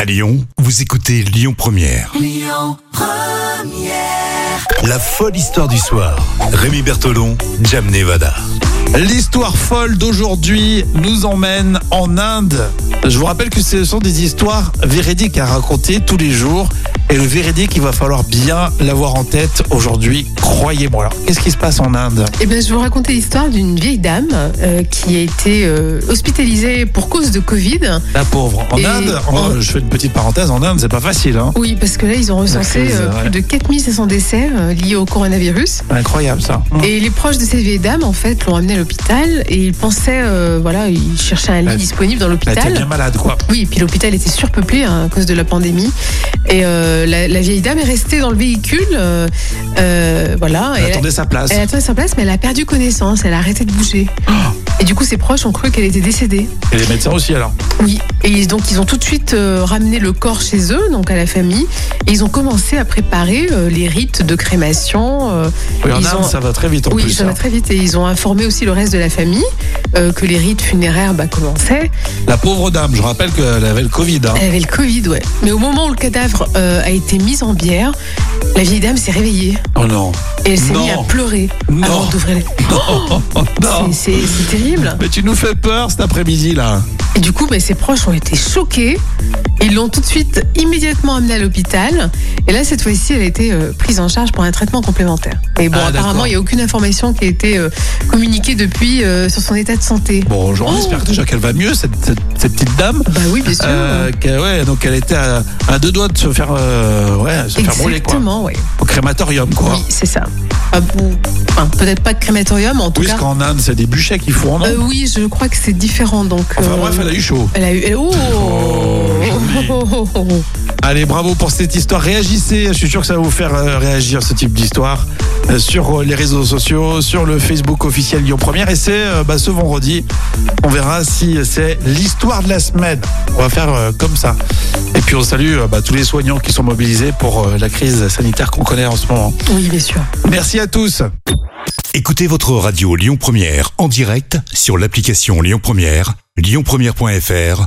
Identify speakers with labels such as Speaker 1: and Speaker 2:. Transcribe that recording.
Speaker 1: À Lyon, vous écoutez Lyon Première. Lyon Première. La folle histoire du soir. Rémi Bertolon, Jam Nevada.
Speaker 2: L'histoire folle d'aujourd'hui nous emmène en Inde. Je vous rappelle que ce sont des histoires véridiques à raconter tous les jours. Et le véridique, il va falloir bien l'avoir en tête aujourd'hui, croyez-moi. Alors, qu'est-ce qui se passe en Inde
Speaker 3: Eh ben, je vais vous raconter l'histoire d'une vieille dame euh, qui a été euh, hospitalisée pour cause de Covid.
Speaker 2: La pauvre. En
Speaker 3: Et-
Speaker 2: Inde, oh,
Speaker 3: en-
Speaker 2: je fais une petite parenthèse, en Inde, c'est pas facile. Hein
Speaker 3: Oui, parce que là, ils ont recensé
Speaker 2: crise,
Speaker 3: euh,
Speaker 2: ouais.
Speaker 3: plus de 4500 décès euh, liés au coronavirus.
Speaker 2: Incroyable ça. Mmh.
Speaker 3: Et les proches de cette vieille dame, en fait, l'ont amenée à l'hôpital et ils pensaient, euh, voilà, ils cherchaient un lit
Speaker 2: Elle-
Speaker 3: disponible dans
Speaker 2: Elle était bien
Speaker 3: l'hôpital.
Speaker 2: malade, quoi.
Speaker 3: Oui, puis l'hôpital était surpeuplé hein, à cause de la pandémie. Et euh, la, la vieille dame est restée dans le véhicule. euh, euh, voilà.
Speaker 2: Elle
Speaker 3: et-
Speaker 2: attendait sa place.
Speaker 3: Elle a trouvé sa place, mais elle a perdu connaissance, elle a arrêté de bouger.
Speaker 2: Oh
Speaker 3: Et du coup, ses proches ont cru qu'elle était décédée.
Speaker 2: Et les médecins aussi, alors.
Speaker 3: Oui. Et donc, ils ont tout de suite euh, ramené le corps chez eux, donc à la famille. Et ils ont commencé à préparer euh, les rites de crémation. euh,
Speaker 2: Oui, en
Speaker 3: ils
Speaker 2: Inde,
Speaker 3: ont-
Speaker 2: ça va très vite en
Speaker 3: oui,
Speaker 2: plus.
Speaker 3: ça va
Speaker 2: hein.
Speaker 3: très vite. Et ils ont informé aussi le reste de la famille euh, que les rites funéraires bah, commençaient.
Speaker 2: La pauvre dame, je rappelle qu'elle avait le Covid. hein.
Speaker 3: Elle avait le Covid, ouais. Mais au moment où le cadavre euh, a été mis en bière, la vieille dame s'est réveillée.
Speaker 2: Oh non.
Speaker 3: Et elle s'est
Speaker 2: Non.
Speaker 3: mise à pleurer
Speaker 2: Non.
Speaker 3: avant d'ouvrir les...
Speaker 2: Oh non.
Speaker 3: C'est- C'est c'est terrible.
Speaker 2: Mais tu nous fais peur cet après-midi, là.
Speaker 3: Et du coup, ben, ses proches ont été choqués. Ils l'ont tout de suite immédiatement amenée à l'hôpital. Et là, cette fois-ci, elle a été euh, prise en charge pour un traitement complémentaire. Et bon,
Speaker 2: Ah, d'accord.
Speaker 3: apparemment, il n'y a aucune information qui a été euh, communiquée depuis euh, sur son état de santé.
Speaker 2: Bon, on
Speaker 3: Oh.
Speaker 2: espère déjà qu'elle va mieux, cette, cette- cette petite dame.
Speaker 3: Bah oui, bien sûr.
Speaker 2: Euh, qu'elle- ouais, donc elle était à, à deux doigts de se faire, euh, ouais, se faire brûler quoi.
Speaker 3: Exactement, ouais.
Speaker 2: Au crématorium quoi.
Speaker 3: oui. c'est ça. Ah, bon, enfin, peut-être pas de crématorium, en tout
Speaker 2: Oui, parce
Speaker 3: cas.
Speaker 2: qu'en Inde, c'est des bûchets qu'il faut en
Speaker 3: Euh,
Speaker 2: Inde.
Speaker 3: oui, je crois que c'est différent. Donc,
Speaker 2: Enfin
Speaker 3: euh,
Speaker 2: bref, elle a eu chaud.
Speaker 3: elle a eu. elle- Oh,
Speaker 2: joli.
Speaker 3: Oh, oh, oh, oh.
Speaker 2: Allez, bravo pour cette histoire. Réagissez, je suis sûr que ça va vous faire euh, réagir ce type d'histoire euh, sur euh, les réseaux sociaux, sur le Facebook officiel Lyon Première. Et c'est euh, bah, ce vendredi, on verra si c'est l'histoire de la semaine. On va faire euh, comme ça. Et puis on salue euh, bah, tous les soignants qui sont mobilisés pour euh, la crise sanitaire qu'on connaît en ce moment.
Speaker 3: Oui, bien sûr.
Speaker 2: Merci à tous.
Speaker 1: Écoutez votre radio Lyon Première en direct sur l'application Lyon Première, lyonpremière.fr